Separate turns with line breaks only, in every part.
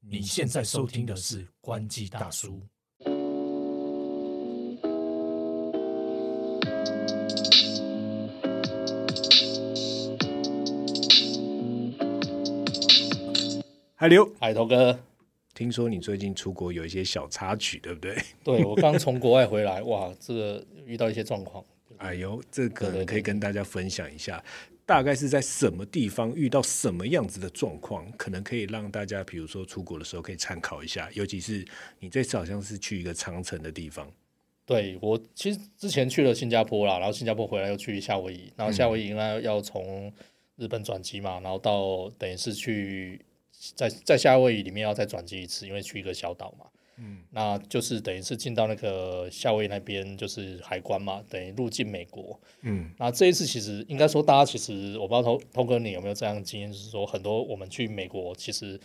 你现在收听的是《关机大叔》。
海流，
海头哥，
听说你最近出国有一些小插曲，对 不对？
对我刚从国外回来，哇，这个遇到一些状况，
哎呦，这可能可以跟大家分享一下，大概是在什么地方遇到什么样子的状况，可能可以让大家，比如说出国的时候可以参考一下。尤其是你这次好像是去一个长城的地方，
对我其实之前去了新加坡啦，然后新加坡回来又去夏威夷，然后夏威夷呢要从日本转机嘛，然后到等于是去在在夏威夷里面要再转机一次，因为去一个小岛嘛，嗯，那就是等于是进到那个夏威夷那边就是海关嘛，等于入境美国，
嗯，
那这一次其实应该说大家其实我不知道头头哥你有没有这样的经验，就是说很多我们去美国其实。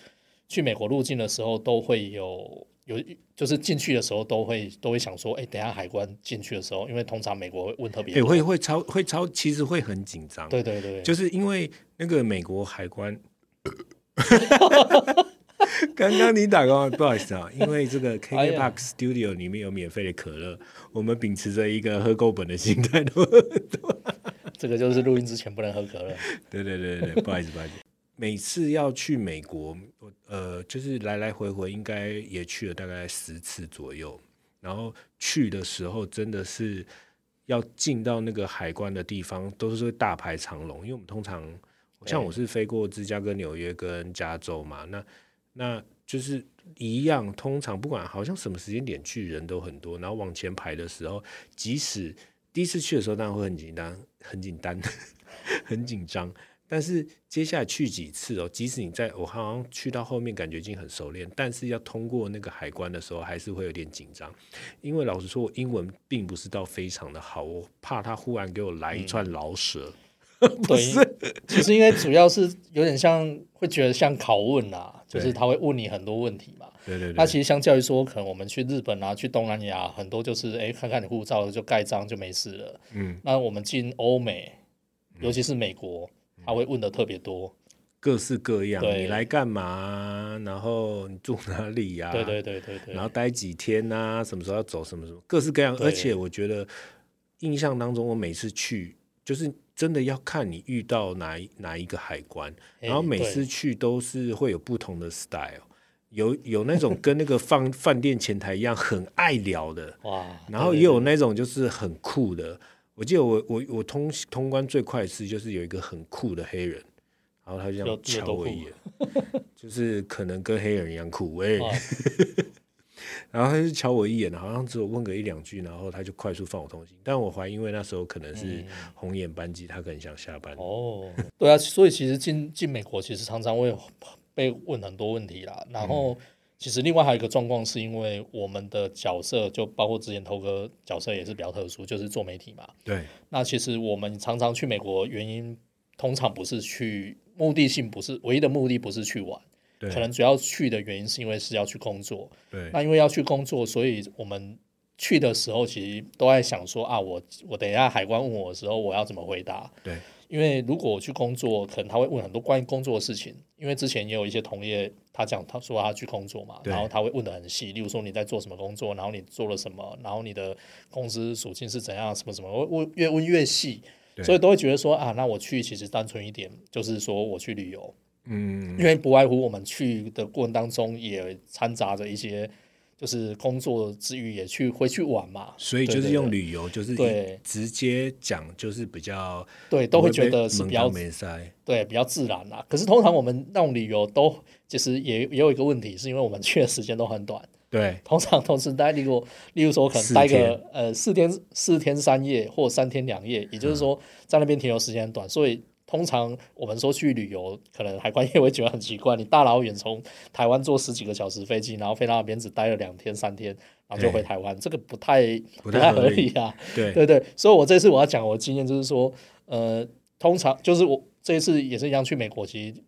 去美国入境的时候都会有有，就是进去的时候都会都会想说，哎、等一下海关进去的时候，因为通常美国会问特别
也、
多，
会会超会超，其实会很紧张，
对对对，
就是因为那个美国海关。 刚刚你打个 不好意思啊，因为这个
哎呀
KKBOX Studio 里面有免费的可乐，我们秉持着一个喝够本的心态 都喝
这个就是录音之前不能喝可乐，
对对对对，对，不好意思，不好意思。每次要去美国，我呃，就是来来回回，应该也去了大概十次左右。然后去的时候，真的是要进到那个海关的地方，都是大排长龙。因为我们通常，像我是飞过芝加哥、纽约跟加州嘛，那那就是一样。通常不管好像什么时间点去，人都很多。然后往前排的时候，即使第一次去的时候，当然会很紧张，很紧张，很紧张。但是接下来去几次哦，即使你在我好像去到后面感觉已经很熟练，但是要通过那个海关的时候，还是会有点紧张。因为老实说，我英文并不是到非常的好，我怕他忽然给我来一串老舌。
对，其实应该主要是有点像会觉得像拷问啊，就是他会问你很多问题嘛。
对对
那
对，
其实相较于说，可能我们去日本啊，去东南亚，很多就是哎，看看你护照就盖章就没事了。
嗯，
那我们进欧美，尤其是美国，
嗯
他会问的特别多。
各式各样，
对
你来干嘛？然后你住哪里呀、
对对对对
啊
对。
然后待几天呐、什么时候要走，什么什么，各式各样。
对
而且我觉得印象当中，我每次去就是真的要看你遇到哪一哪一个海关，
哎
然后每
对
次去都是会有不同的 style，有有那种跟那个饭饭店前台一样很爱聊的，
哇，
然后也有那种就是很酷的。我记得我我我通通关最快一次就是有一个很酷的黑人，然后他就这
有
样
有
瞧
多
我
酷
一眼， 就是可能跟黑人一样酷喂、
哇
然后他就瞧我一眼，好像只有问个一两句，然后他就快速放我通行。但我怀疑，因为那时候可能是红眼班机，他可能想下班。
嗯哦，对啊，所以其实进进美国其实常常会被问很多问题啦。然后其实另外还有一个状况，是因为我们的角色就包括之前头哥角色也是比较特殊，就是做媒体嘛。
对，
那其实我们常常去美国，原因通常不是去目的性，不是唯一的目的不是去玩，
对
可能主要去的原因是因为是要去工作。
对，
那因为要去工作，所以我们去的时候其实都在想说啊，我我等一下海关问我的时候，我要怎么回答？
对，
因为如果我去工作，可能他会问很多关于工作的事情。因为之前也有一些同业，他讲他说他去工作嘛，
对
然后他会问的很细，例如说你在做什么工作，然后你做了什么，然后你的公司属性是怎样，什么什么，我我越问越细
对。
所以都会觉得说啊，那我去其实单纯一点，就是说我去旅游，
嗯，
因为不外乎我们去的过程当中也掺杂着一些，就是工作之余也去会去玩嘛，
所以就是用旅游，就是
对
一直接讲，就是比较
对，都
不
会
被
觉得是
门
比较
槛没塞。
对比较自然啦。可是通常我们那种旅游都其实也也有一个问题，是因为我们去的时间都很短，
对
通常都是待例如例如说可能
四
待个
天
呃四天四天三夜或三天两夜，也就是说在那边停留时间很短，所以。通常我们说去旅游，可能海关也会觉得很奇怪。你大老远从台湾坐十几个小时飞机，然后飞到那边只待了两天三天，然后就回台湾，这个不太
不太
太
合
合
理
理啊。
对
对对，所以我这次我要讲我的经验，就是说，呃，通常就是我这一次也是一样去美国，其实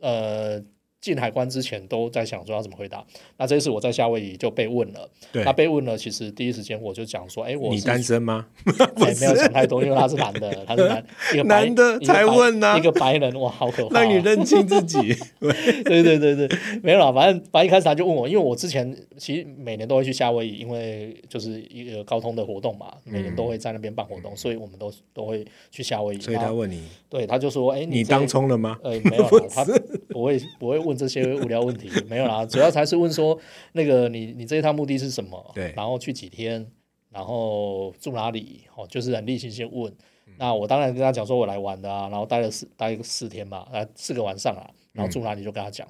呃进海关之前都在想说要怎么回答。那这一次我在夏威夷就被问了，
对
那被问了，其实第一时间我就讲说，哎，我
你
是
单身 吗？
哎没有想太多，因为他是男的，他是 男一个白
男的
一个白
才问啊
一个白人，哇，好可怕、
让你认清自己。
对对对对，没有啦，反正反正一开始他就问我，因为我之前其实每年都会去夏威夷，因为就是一个高通的活动嘛，
嗯
每年都会在那边办活动，所以我们都都会去夏威 夷。
所以他
然后
问你，
对他就说：“哎、
你
这
当冲了吗？
呃， 没有啦，他不会不会问这些无聊问题， 没有啦，主要才是问说那个你你这一趟目的是什么？
对
然后去几天，然后住哪里？哦，就是很例行性问。
嗯
那我当然跟他讲说我来玩的啊，然后待了四待个四天嘛，呃，四个晚上啊，
嗯
然后住哪里就跟他讲。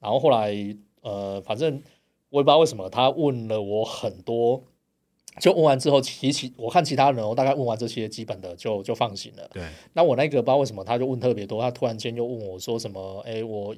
然后后来呃，反正我也不知道为什么他问了我很多。就问完之后，其其我看其他人哦，我大概问完这些基本的就就放行了。
对，
那我那个不知道为什么他就问特别多，他突然间又问我说什么？哎，我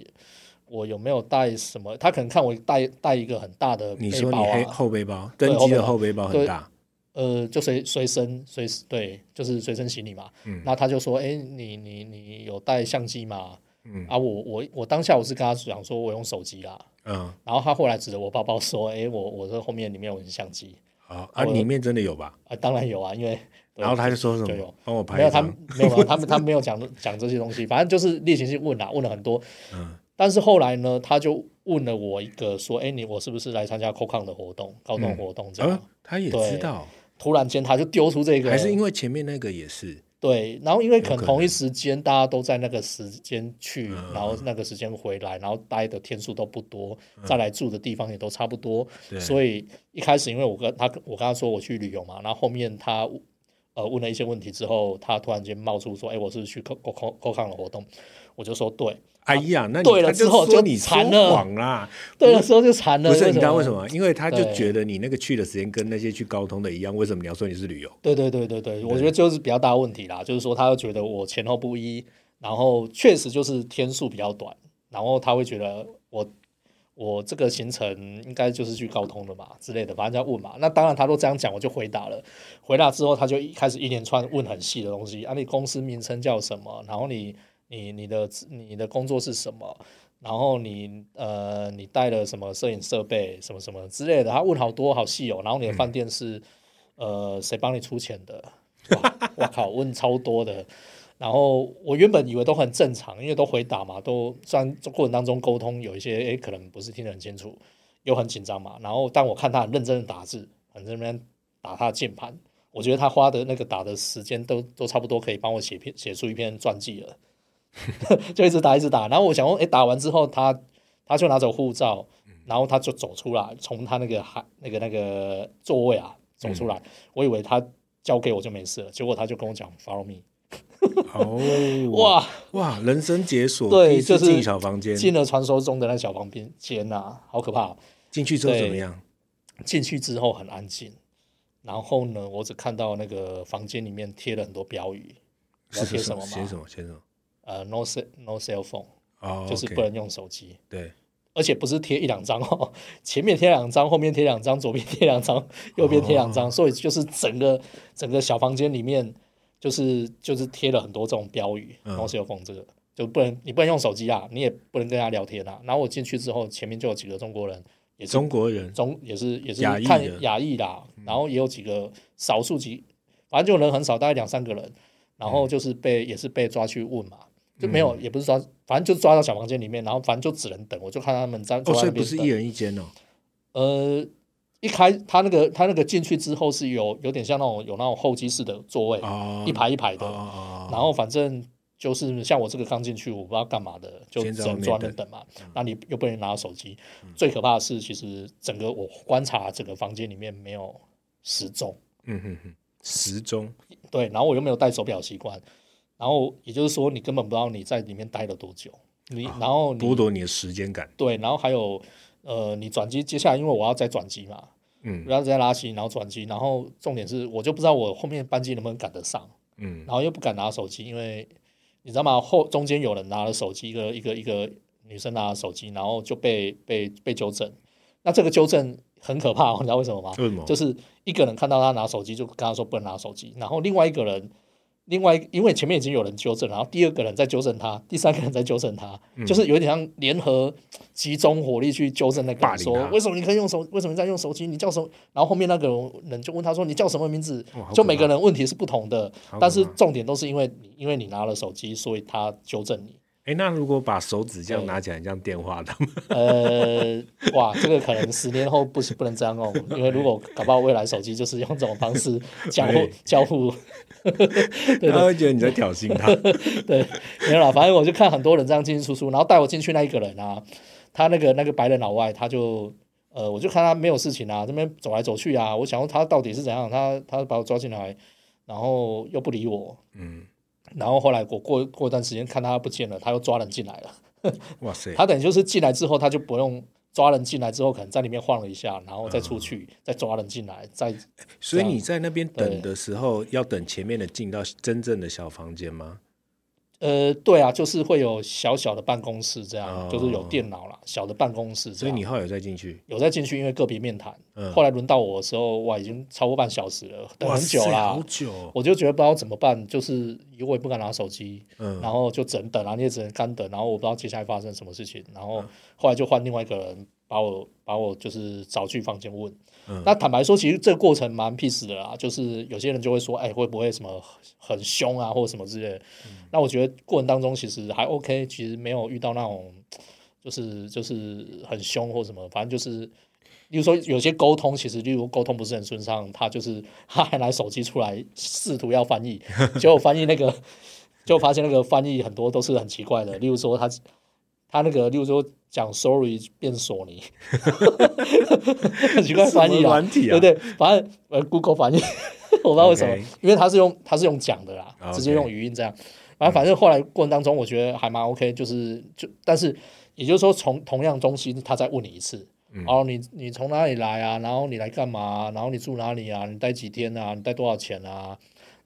我有没有带什么？他可能看我带带一个很大的
你
背
说你
包
黑
啊，
后背包，
对
登机的
后
后背包很
对
大，
呃，就随随身随对，就是随身行李嘛。
嗯
那他就说，哎，你你你有带相机吗？
嗯
啊，我我我当下我是跟他讲说我用手机啦，
嗯，
然后他后来指着我包包说，哎，我我这后面里面有相机
好啊，里面真的有吧？
啊，当然有啊，因为对
然后他就说什
就
么
有，
帮我
没
拍
有
一
他
张
们，没有啊他们他们没有讲 讲这些东西，反正就是例行性问啊啦，问了很多。
嗯
但是后来呢，他就问了我一个说：“哎，你我是不是来参加 COCON 的活动、高中活动这样？”
啊，他也知道，
突然间他就丢出这个，
还是因为前面那个也是，
对，然后因为可
有可能
能同一时间大家都在那个时间去，
嗯
然后那个时间回来，然后待的天数都不多，
嗯
再来住的地方也都差不多，
对，
所以一开始因为我跟他我跟他说我去旅游嘛，然后后面他。呃，问了一些问题之后，他突然间冒出说：“哎、我是不是去 Co Co Co COCON 的活动。”我就说：“对，
哎呀，那你
对了
他
之后
就说
就
你
惨
说
了
谎啦，
对的时候就馋了。
不是你知道为
么
什
吗？
么？因为他就
对
觉得你那个去的时间跟那些去高通的一样，为什么你要说你是旅游？
对对对对对，我觉得就是比较大的问题啦，就是说他会觉得我前后不一，然后确实就是天数比较短，然后他会觉得我我这个行程应该就是去高通的嘛之类的，反正要问嘛。那当然他都这样讲，我就回答了。回答之后，他就一开始一连串问很细的东西，啊，你公司名称叫什么？然后你你你的你的工作是什么？然后你呃，你带了什么摄影设备，什么什么之类的，他问好多好细哦。然后你的饭店是、呃，谁帮你出钱的？哇我靠，问超多的。然后我原本以为都很正常，因为都回答嘛，都虽然过程当中沟通有一些诶可能不是听得很清楚，又很紧张嘛。然后但我看他很认真的打字，很认真地打他的键盘，我觉得他花的那个打的时间都都差不多可以帮我写篇写出一篇传记了。 就一直打一直打，然后我想说，诶，打完之后他他就拿走护照，然后他就走出来，从他那个海那个那个座位啊走出来，我以为他交给我就没事了，结果他就跟我讲 follow me，
哦，
哇，
哇，人生解锁，
对
第一次
就是
进小房间，
进了传说中的那小房间间呐，好可怕哦、
进去之后
对
怎么样？
进去之后很安静，然后呢，我只看到那个房间里面贴了很多标语，你知
是
道贴
是
什么
写
吗？
什么？写什么？
呃，no cell no cell phone，、
哦，
就是
OK，
不能用手机。
对，
而且不是贴一两张哦，前面贴两张，后面贴两张，左边贴两张，右边贴两张， 所以就是整个整个小房间里面，就是就是贴了很多这种标语，
嗯
然后是有缝这个，就不能你不能用手机啊，你也不能跟他聊天啊。然后我进去之后，前面就有几个中国人，也是
中国人
中也是也是
亚裔的嗯
看亚裔啦，然后也有几个少数几，反正就人很少，大概两三个人，然
嗯
后就是被、也是被抓去问嘛，就没有、也不是抓，反正就抓到小房间里面，然后反正就只能等，我就看他们在
哦，
坐在
所以
那
不
边
是
等。
一人一间哦，
呃，一开他那个他那个进去之后是有有点像那种有那种候机室的座位，
哦，
一排一排
哦
的，
哦
然后反正就是像我这个刚进去，我不知道干嘛的，就
先
只
在外
能
面
坐在那
等嗯
等嘛。那你又不能拿手机，最可怕的是，其实整个我观察整个房间里面没有时钟，
嗯哼哼，时钟
对，然后我又没有戴手表习惯，然后也就是说你根本不知道你在里面待了多久，你
啊
然后你
剥夺你的时间感，
对，然后还有呃，你转机，接下来因为我要再转机嘛，
嗯
我要再拉行，然后转机，然后重点是我就不知道我后面班机能不能赶得上，
嗯，
然后又不敢拿手机，因为你知道吗？后中间有人拿了手机，一个一个一个女生拿了手机，然后就被被被纠正。那这个纠正很可怕哦，你知道为什么吗？
为什么？
就是一个人看到他拿手机，就跟他说不能拿手机，然后另外一个人另外一个，因为前面已经有人纠正，然后第二个人再纠正他，第三个人再纠正他，
嗯
就是有点像联合集中火力去纠正那个
霸
人
凌
说，
他
为什么你可以用手，为什么你在用手机？你叫什么？然后后面那个人就问他说，你叫什么名字
哇哦好？可
就每个
怕
人问题是不同的
好，
但是
可怕
重点都是因为你，因为你拿了手机，所以他纠正你。
哎，那如果把手指这样
对
拿起来，像电话， 他们
呃，哇，这个可能十年后不是不能这样用，哦因为如果搞不好未来手机就是用这种方式交互
对
交互，
他会觉得你在挑衅 他。
对，没有啦，反正我就看很多人这样进进出出，然后带我进去那一个人啊，他那个那个白人老外，他就呃，我就看他没有事情啊，这边走来走去啊，我想说他到底是怎样，他他把我抓进来，然后又不理我，
嗯，
然后后来我过过段时间看他不见了，他又抓人进来了。
哇塞，
他等于就是进来之后，他就不用抓人进来之后，可能在里面晃了一下，然后再出去，
嗯
再抓人进来，再
所以
这样
你在那边
对
等的时候，要等前面的进到真正的小房间吗？
呃，对啊，就是会有小小的办公室这
哦
样，就是有电脑啦，小的办公室这
所以
样。
你后来有再进去？
有再进去，因为个别面谈。
嗯
后来轮到我的时候，哇，已经超过半小时了，等很久
哇塞
啦
好。久哦。
我就觉得不知道怎么办，就是我也不敢拿手机，
嗯
然后就只能等，然后你也只能干等，然后我不知道接下来发生什么事情，然
嗯
后后来就换另外一个人把我把我就是找去房间问。
嗯
那坦白说，其实这个过程蛮 peace 的啦，就是有些人就会说，哎，会不会什么很凶啊，或者什么之类的。
嗯
那我觉得过程当中其实还 OK，其实没有遇到那种就是就是很凶或什么，反正就是。例如说，有些沟通其实，例如沟通不是很顺畅，他就是他还拿手机出来试图要翻译， 结果翻译那个就发现那个翻译很多都是很奇怪的，例如说他他那个，例如说讲 sorry 变索尼， 很奇怪的翻
什
译
么
啊，
软体啊
对不对？反正 呃 Google 翻译，我不知道为什么
OK 啊
因为他是用他是用讲的啦
OK
直接用语音这样。然后反正后来过程当中，我觉得还蛮 OK，就是就但是也就是说从同样东西，他再问你一次。
嗯
然后你你从哪里来啊？然后你来干嘛啊、然后你住哪里啊？你待几天啊？你待多少钱啊？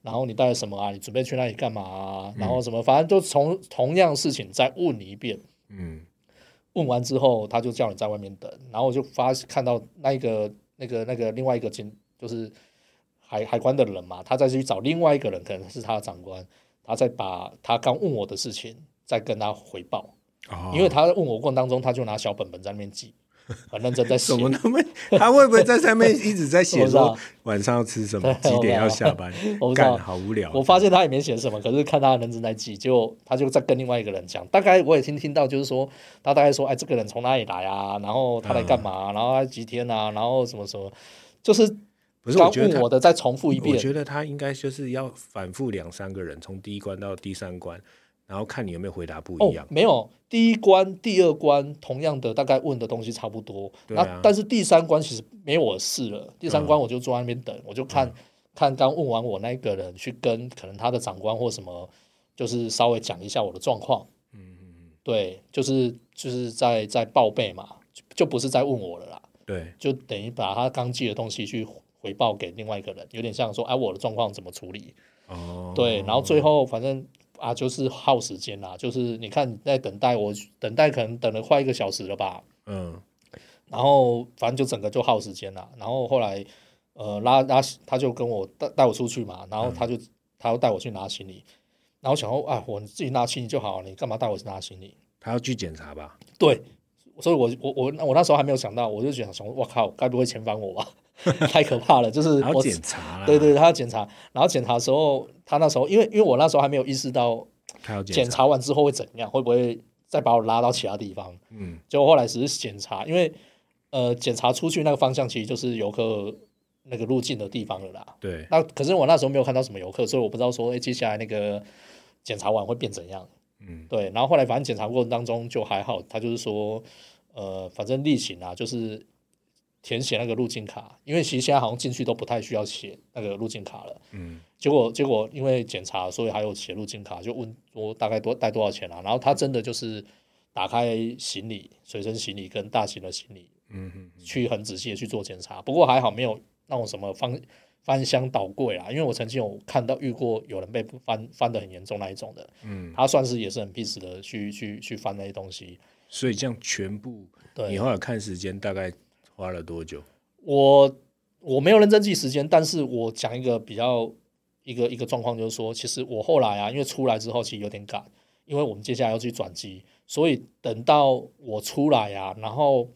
然后你带了什么啊？你准备去那里干嘛啊？然后什么，反正就从同样事情再问你一遍。
嗯，
问完之后，他就叫你在外面等，然后我就发看到那一个那个那个另外一个警，就是海海关的人嘛，他再去找另外一个人，可能是他的长官，他再把他刚问我的事情再跟他回报，
哦
因为他问我过程当中，他就拿小本本在那边记，很认真在 写
怎。么那么？他会不会在上面一直在
我
写
不知道
说晚上要吃 什么，
对
几点要下班
我不？知道
干，好无聊。
我发现他也没写什么，可是看他的认真在记，结果他就在跟另外一个人讲，大概我也听听到，就是说他大概说，哎，这个人从哪里来啊？然后他来干嘛？然后他几天啊？然后什么什么，就是
不是
刚
我觉得
问
他
我的再重复一
我
遍，
觉得他应该就是要反复两三个人，从第一关到第三关，然后看你有没有回答不
哦
一样，。
没有，第一关、第二关同样的大概问的东西差不多，
对
那
啊
但是第三关其实没我的事了，第三关我就坐在那边等，我就
嗯
看、看刚问完我那个人去跟可能他的长官或什么，就是稍微讲一下我的状况，
嗯嗯，嗯
对，就是就是在在报备嘛，就就不是在问我了啦，
对，
就等于把他刚记的东西去回报给另外一个人，有点像说，哎、我的状况怎么处理，
哦，
对，然后最后反正啊，就是耗时间啦，就是你看你在等待我，等待可能等了快一个小时了吧，
嗯，
然后反正就整个就耗时间啦。然后后来呃拉拉他就跟我带带我出去嘛，然
嗯
后他就、他要带我去拿行李，然后想说啊我自己拿行李就好，你干嘛带我去拿行李？
他要去检查吧？
对。所以我，我我我那时候还没有想到，我就想想，我靠，该不会遣返我吧？ 太可怕了！就是
然后
我
检查啦，
对对，他要检查，然后检查的时候，他那时候因为因为我那时候还没有意识到
他要检
检
查，
查完之后会怎样？会不会再把我拉到其他地方？
嗯，
结果后来只是检查，因为呃，检查出去那个方向其实就是游客那个入境的地方了啦。
对，
那可是我那时候没有看到什么游客，所以我不知道说，哎，接下来那个检查完会变怎样？
嗯，
对，然后后来反正检查过程当中就还好，他就是说，呃，反正例行啊，就是填写那个入境卡，因为其实现在好像进去都不太需要写那个入境卡了。
嗯，
结果结果因为检查，所以还有写入境卡，就问说大概多带多少钱啊？然后他真的就是打开行李、随身行李跟大型的行李，
嗯嗯，嗯
去很仔细的去做检查。不过还好没有那种什么翻翻箱倒柜啊啦，因为我曾经有看到遇过有人被翻翻的很严重那一种的，
嗯，
他算是也是很 peace 的去去去翻那些东西。
所以这样全部，
对
你后来看时间大概花了多久？
我我没有认真记时间，但是我讲一个比较一个一个状况，就是说，其实我后来啊，因为出来之后其实有点赶，因为我们接下来要去转机，所以等到我出来啊，然后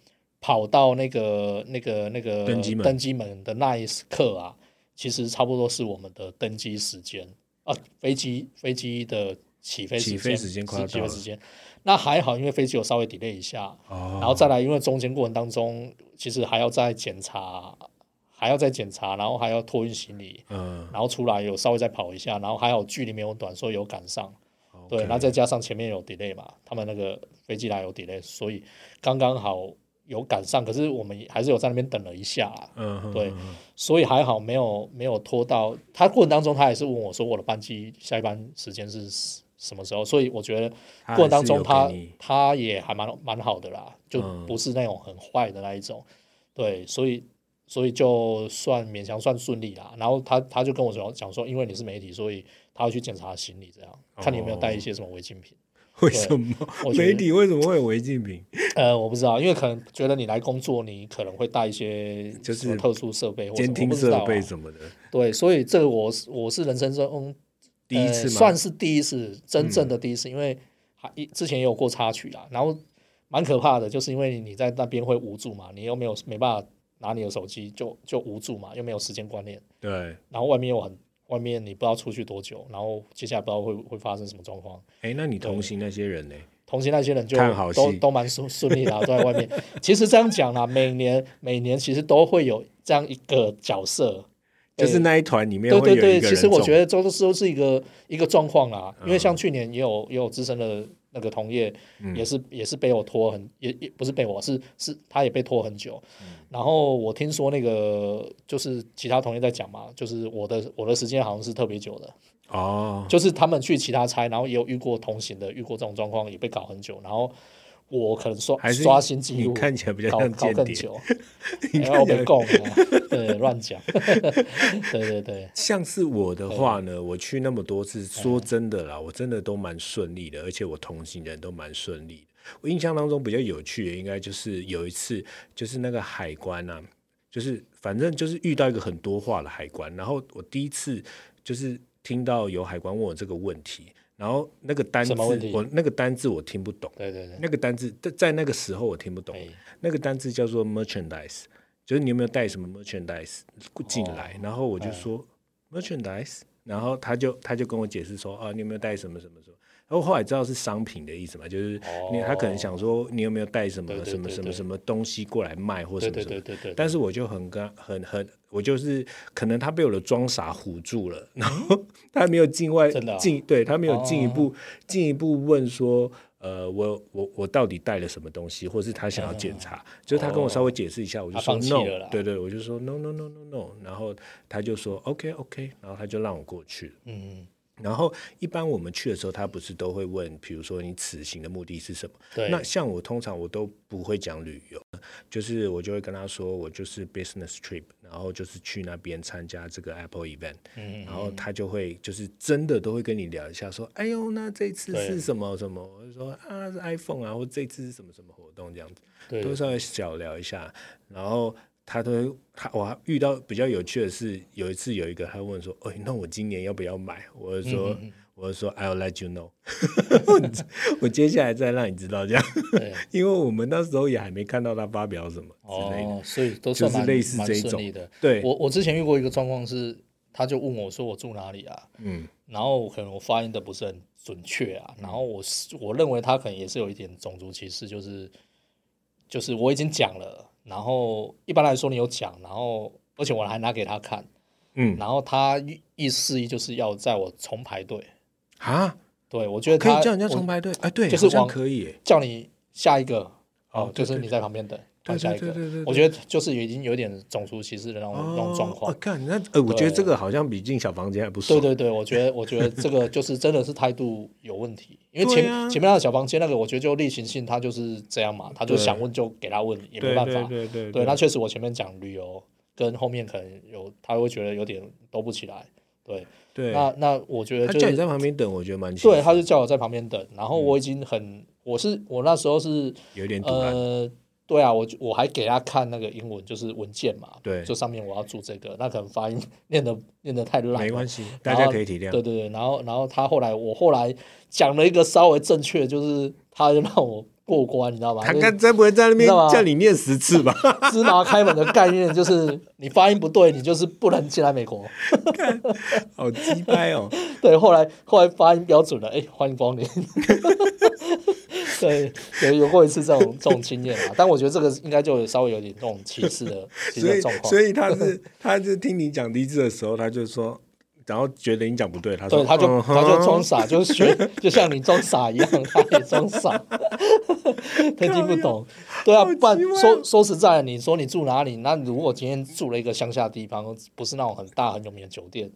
跑到那个那个那个
登机门
登机门的那一刻啊，其实差不多是我们的登机时间啊，飞机飞机的起飞时间，
起飞时间快要
起
到
飞
了
时间。那还好，因为飞机有稍微 delay 一下，
哦，
然后再来，因为中间过程当中，其实还要再检查，还要再检查，然后还要托运行李，
嗯，
然后出来有稍微再跑一下，然后还好距离没有短，所以有赶上。对，
OK
然后再加上前面有 delay 嘛，他们那个飞机来有 delay，所以刚刚好有赶上，可是我们还是有在那边等了一下啊啦
嗯哼
对
嗯哼
所以还好没有没有拖到。他过程当中，他也是问我说我的班机下一班时间是什么时候，所以我觉得
他
过程当中
还是
他
有给你
他也还蛮蛮好的啦，就
嗯
不是那种很坏的那一种，对，所以所以就算勉强算顺利啦。然后他他就跟我讲讲说，因为你是媒体，所以他要去检查行李，这样
哦
看你有没有带一些什么违禁品。
为什么
我觉得
媒体为什么会有违禁品？
呃，我不知道，因为可能觉得你来工作，你可能会带一些
就
什么
是
特殊设备或什么
监听
我不知道
设
啊
备什么的，
对，所以这个我是我是人生中
第一次
呃
吗？嗯
算是第一次，真正的第一次，因为还一之前也有过插曲啦，然后蛮可怕的，就是因为你在那边会无助嘛，你又没有没办法拿你的手机，就就无助嘛，又没有时间观念，
对，
然后外面又很外面你不知道出去多久，然后接下来不知道会会发生什么状况。
哎，那你同行那些人呢？
同行那些人就
看好戏
都都蛮顺顺利啦，都在外面。其实这样讲啦，每年每年其实都会有这样一个角色，
就是
对
那一团里面
对
会有一
对
个人
对，其实我
中嗯
觉得这都是都是一个一个状况啦，因为像去年也有也有资深的那个同业，也是也是被我拖很也也不是被我是是他也被拖很久，
嗯
然后我听说那个就是其他同业在讲嘛，就是我的我的时间好像是特别久的，
哦，
就是他们去其他差，然后也有遇过同行的，遇过这种状况也被搞很久，然后我可能刷
还是
刷新记
你
录，
看起来比较
搞
像
搞
间
更
谍，
久， 哎
你
然后
看起
被
来
供了，对，乱讲， 对对对。
像是我的话呢，我去那么多次，说真的啦，我真的都蛮顺利的，而且我同行人都蛮顺利的。我印象当中比较有趣的，应该就是有一次，就是那个海关啊，就是反正就是遇到一个很多话的海关，然后我第一次就是听到有海关问我这个问题，然后那个单字
什么问题
我那个单字我听不懂，
对对对，
那个单字在在那个时候我听不懂，
哎
那个单字叫做 merchandise，就是你有没有带什么 merchandise 进来？
哦
然后我就说、merchandise，然后他就他就跟我解释说，啊，你有没有带什么什么什么？然后后来知道是商品的意思嘛，就是你、他可能想说你有没有带什么
哦对对
什么
对
什么
对
什么东西过来卖或什
对
么什么
对对对对，
但是我就很跟很很，我就是可能他被我的装傻唬住了， 然后他没有进外
真的啊
进，对他没有进一步进、一步问说，呃，我我我到底带了什么东西，或是他想要检
哦
查，就是他跟我稍微解释一下，我就
他
说
放弃
no，
了啦
对对，我就说 no no no no no，然后他就说 OK OK，然后他就让我过去了。
嗯，
然后一般我们去的时候，他不是都会问，比如说你此行的目的是什么？
对，
那像我通常我都不会讲旅游，就是我就会跟他说我就是 business trip，然后就是去那边参加这个 Apple event，、
嗯
然后他就会就是真的都会跟你聊一下说，哎呦，那这次
对
是什么什么？我就说啊是 iPhone 啊，或这次是什么什么活动这样子，
对
都稍微小聊一下，然后。他都会他我还遇到比较有趣的是，有一次有一个他问说：“哎，那我今年要不要买？”我就
嗯
说：“我就说 I'll let you know，我接下来再让你知道这样。”
对
因为我们那时候也还没看到他发表什么之类的。
哦，所以都
就
算
是
蛮
类似
蛮
这一
顺
种
利的。
对
我我之前遇过一个状况是，他就问我说我住哪里啊，
嗯，
然后我可能我发音的不是很准确啊，然后我是我认为他可能也是有一点种族歧视，就是就是我已经讲了，然后一般来说你有讲，然后而且我还拿给他看，
嗯
然后他意意思意就是要在我重排队，
啊，
对我觉得
可
他
以叫人家
我
重排队啊？对，
就是
好像
往
可以耶。
叫你下一个，
哦
哦，就
对
是
对
你在旁边等，
对
换下一
对
个
对对对对。
我觉得就是已经有点种族歧视的那种那种状
哦
况
啊。看那呃，我觉得
对
这个好像比进小房间还不
对
爽。
对对，我觉得我觉得这个就是真的是态度有问题，因为
对
前
啊
前面那个小房间那个，我觉得就例行性他就是这样嘛，他就
对
想问就给他问，也没
对
办
对
法。
对对
对，那确实我前面讲旅游跟后面可能有他会觉得有点兜不起来。对，
对
那那我觉得
他
就
叫你
是
在旁边等，我觉得蛮奇
对，
怪，嗯
他就叫我在旁边等，然后我已经很我是我那时候是
有点堵然。
呃，对啊，我就我还给他看那个英文，就是文件嘛，
对
就上面我要注这个，那可能发音念的念的太烂了，
没关系，大
然后
家可以体谅
对。对对，然后然后他后来我后来讲了一个稍微正确，就是他就让我过关，你知道吗？
他
就是
刚才不会在那
你知
边
道吗
叫你念十次吧？
芝麻开门的概念就是你发音不对，你就是不能进来美 国。
好鸡掰 哦！
对，后来后来发音标准了，哎、欢迎光临。 对，有有过一次这种这种经验啊，但我觉得这个应该就有稍微有点这种歧 视的歧视
所
的
以
状况
所。以他是 他是听你讲第一次的时候，他就说，然后觉得你讲不对，他说
对，他就
嗯哼
他就装傻，就是学，就像你装傻一样，他也装傻， 他听不懂。对啊，
好
不然
奇怪哦
说说实在的，你说你住哪里？那如果今天住了一个乡下地方，不是那种很大很有名的酒店，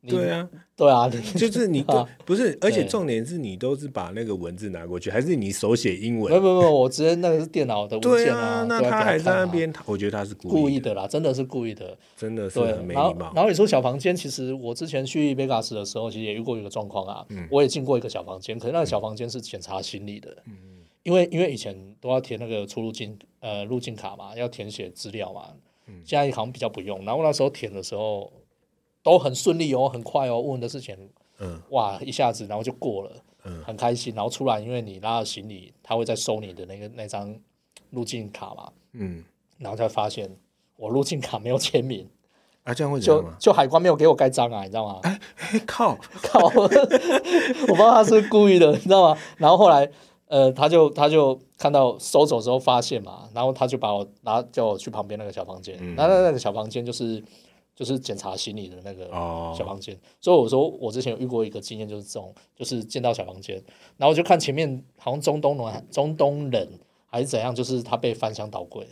你
对 啊，
对啊，你
就是你
啊
不是，而且
对
重点是你都是把那个文字拿过去，还是你手写英
没有
文？
没有没有，我直接那个是电脑的文
对
件
啊，
对
那
啊给他
还在
看
那
啊
边，他我觉得他是故
故
意
意
的，
的啦，真的是故意的。
真的是
对
很，没
然后
礼貌。
然后你说小房间，其实我之前去 Vegas 的时候，其实也遇过一个状况啊，
嗯
我也进过一个小房间，可是那个小房间是检查行李的，
嗯
因为因为以前都要填那个出入境呃入境卡嘛，要填写资料嘛，
嗯
现在好像比较不用。然后那时候填的时候都很顺利哦，很快哦，问的事情，
嗯，
哇，一下子然后就过了，很开心。然后出来，因为你拉了行李，他会再收你的那个那张入境卡嘛，
嗯，
然后才发现我入境卡没有签名。
啊，这样会怎样
就
吗？
就海关没有给我盖章啊，你知道吗？
哎靠，
靠， 我不知道他是故意的，你知道吗？然后后来，呃，他就他就看到收走之后发现嘛，然后他就把我拿叫我去旁边那个小房间，
嗯
那那那个小房间就是就是检查行李的那个
哦
小房间，所以我说我之前有遇过一个经验就是这种，就是进到小房间，然后我就看前面好像中东人中东人还是怎样，就是他被翻箱倒柜。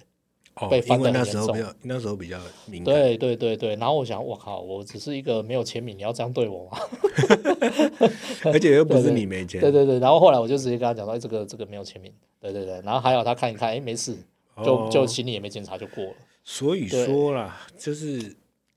哦
被，
因
翻得
为
很
那时候
严
比较那时候比较敏感，
对对对对，然后我想，我靠，我只是一个没有签名，你要这样对我吗？
而且又不是
对对
你没钱，
对对对，然后后来我就直接跟他讲说，哎，这个这个没有签名，对对对，然后还好他看一看，哎，没事，就、
哦
就行李也没检查就过了，
所以
对
说啦，就是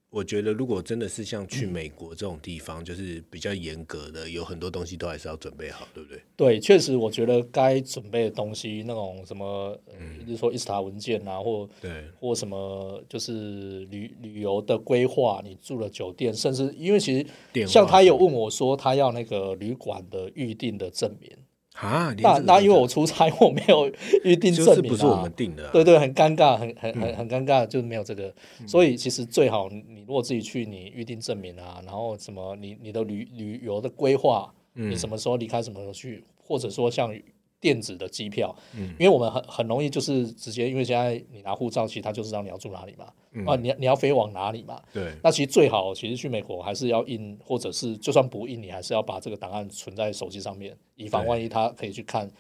我觉得，如果真的是像去美国这种地方，就是比较严格的，有很多东西都还是要准备好，对不对？
对，确实我觉得该准备的东西，那种什么，呃
嗯
比如说伊斯塔文件啊，或
对，
或什么就是旅旅游的规划，你住的酒店，甚至因为其
电话
实像他有
什么
问我说他要那个旅馆的预定的证明，
啊，连
那
这个
那
都
因为
讲
我出差我没有 预定证明、
就
啊，
是不是我们定的、啊，
对对，很尴尬，很很很很尴尬，就是没有这个。所以其实最好你你如果自己去，你预定证明啊，然后什么你你的旅旅游的规划，你
嗯
什么时候离开，什么时候去，或者说像电子的机票，因为我们很很容易就是直接，因为现在你拿护照，其实他就知道你要住哪里嘛，啊，你你要飞往哪里嘛。
对
那其实最好，其实去美国还是要印，或者是就算不印，你还是要把这个档案存在手机上面，以防
对
万一他可以去看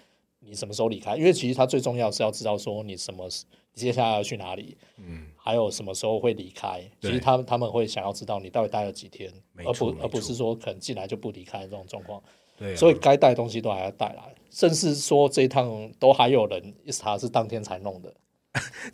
你什么时候离开。因为其实他最重要是要知道说你什么时你接下来要去哪里，嗯，还有什么时候会离开。
对
其实他们他们会想要知道你到底待了几天
没，
而
错
不
没
而不
错
是说可能进来就不离开这种状况。
对啊、
所以该带的东西都还要带来，甚至说这一趟都还有人他是当天才弄的。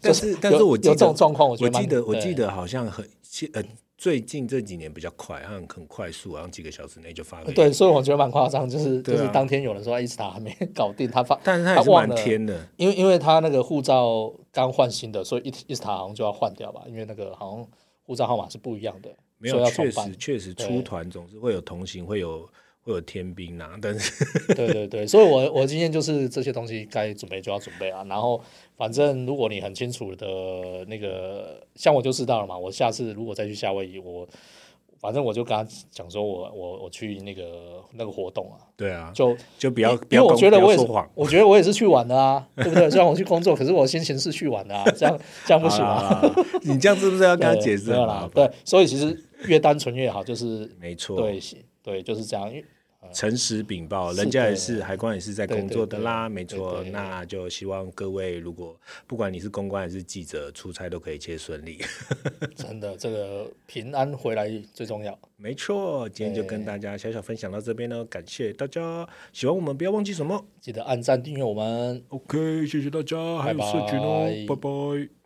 但
就是是
但是
有
我记
有
得
这种状况
我
我觉得
记
蛮
得我
对
记得好像很现呃最近这几年比较快，好像很快速，好像几个小时内就发给你
对，，所以我觉得蛮夸张，就是、
对
就
啊
是当天有人说伊斯塔还没 搞定，他发，
但是它也是
忘
蛮
了，
天的，
因为因为他那个护照刚换新的，所以伊伊斯塔好像就要换掉吧，因为那个好像护照号码是不一样的，
没
所以
有
要
确
重
实
办。
确实
对
出团总是会有同行，会有会有天兵啊，但是
对对对，所以我我今天就是这些东西该准备就要准备啊，然后反正如果你很清楚的那个，像我就知道了嘛，我下次如果再去夏威夷，我反正我就跟他讲说我我我去那个那个活动啊，
对啊，就
就
不要不
因为
要
我
公
觉得
不
我
要
也
说
是
谎，。
我觉得我也是去玩的啊，对不对？虽然我去工作，可是我心情是去玩的啊，这样这样不行啊。
啊！你这样是不是要跟他
对
解释
没
很
有
麻
啦
烦？，
对，所以其实越单纯越好，就是
没错，呃
对对，就是这样。因为
诚实禀报，
是
人家
的
也是海关也是在工作的啦，
对
没
对对
错
对。对
那就希望各位，如果不管你是公关还是记者，出差都可以一切顺利。
真的这个平安回来最重要。
没错，今天就跟大家小小分享到这边喽，感谢大家，喜欢我们不要忘记什么。
记得按赞订阅我们。
OK，谢谢大家，还有
拜
社群哦，拜
拜
拜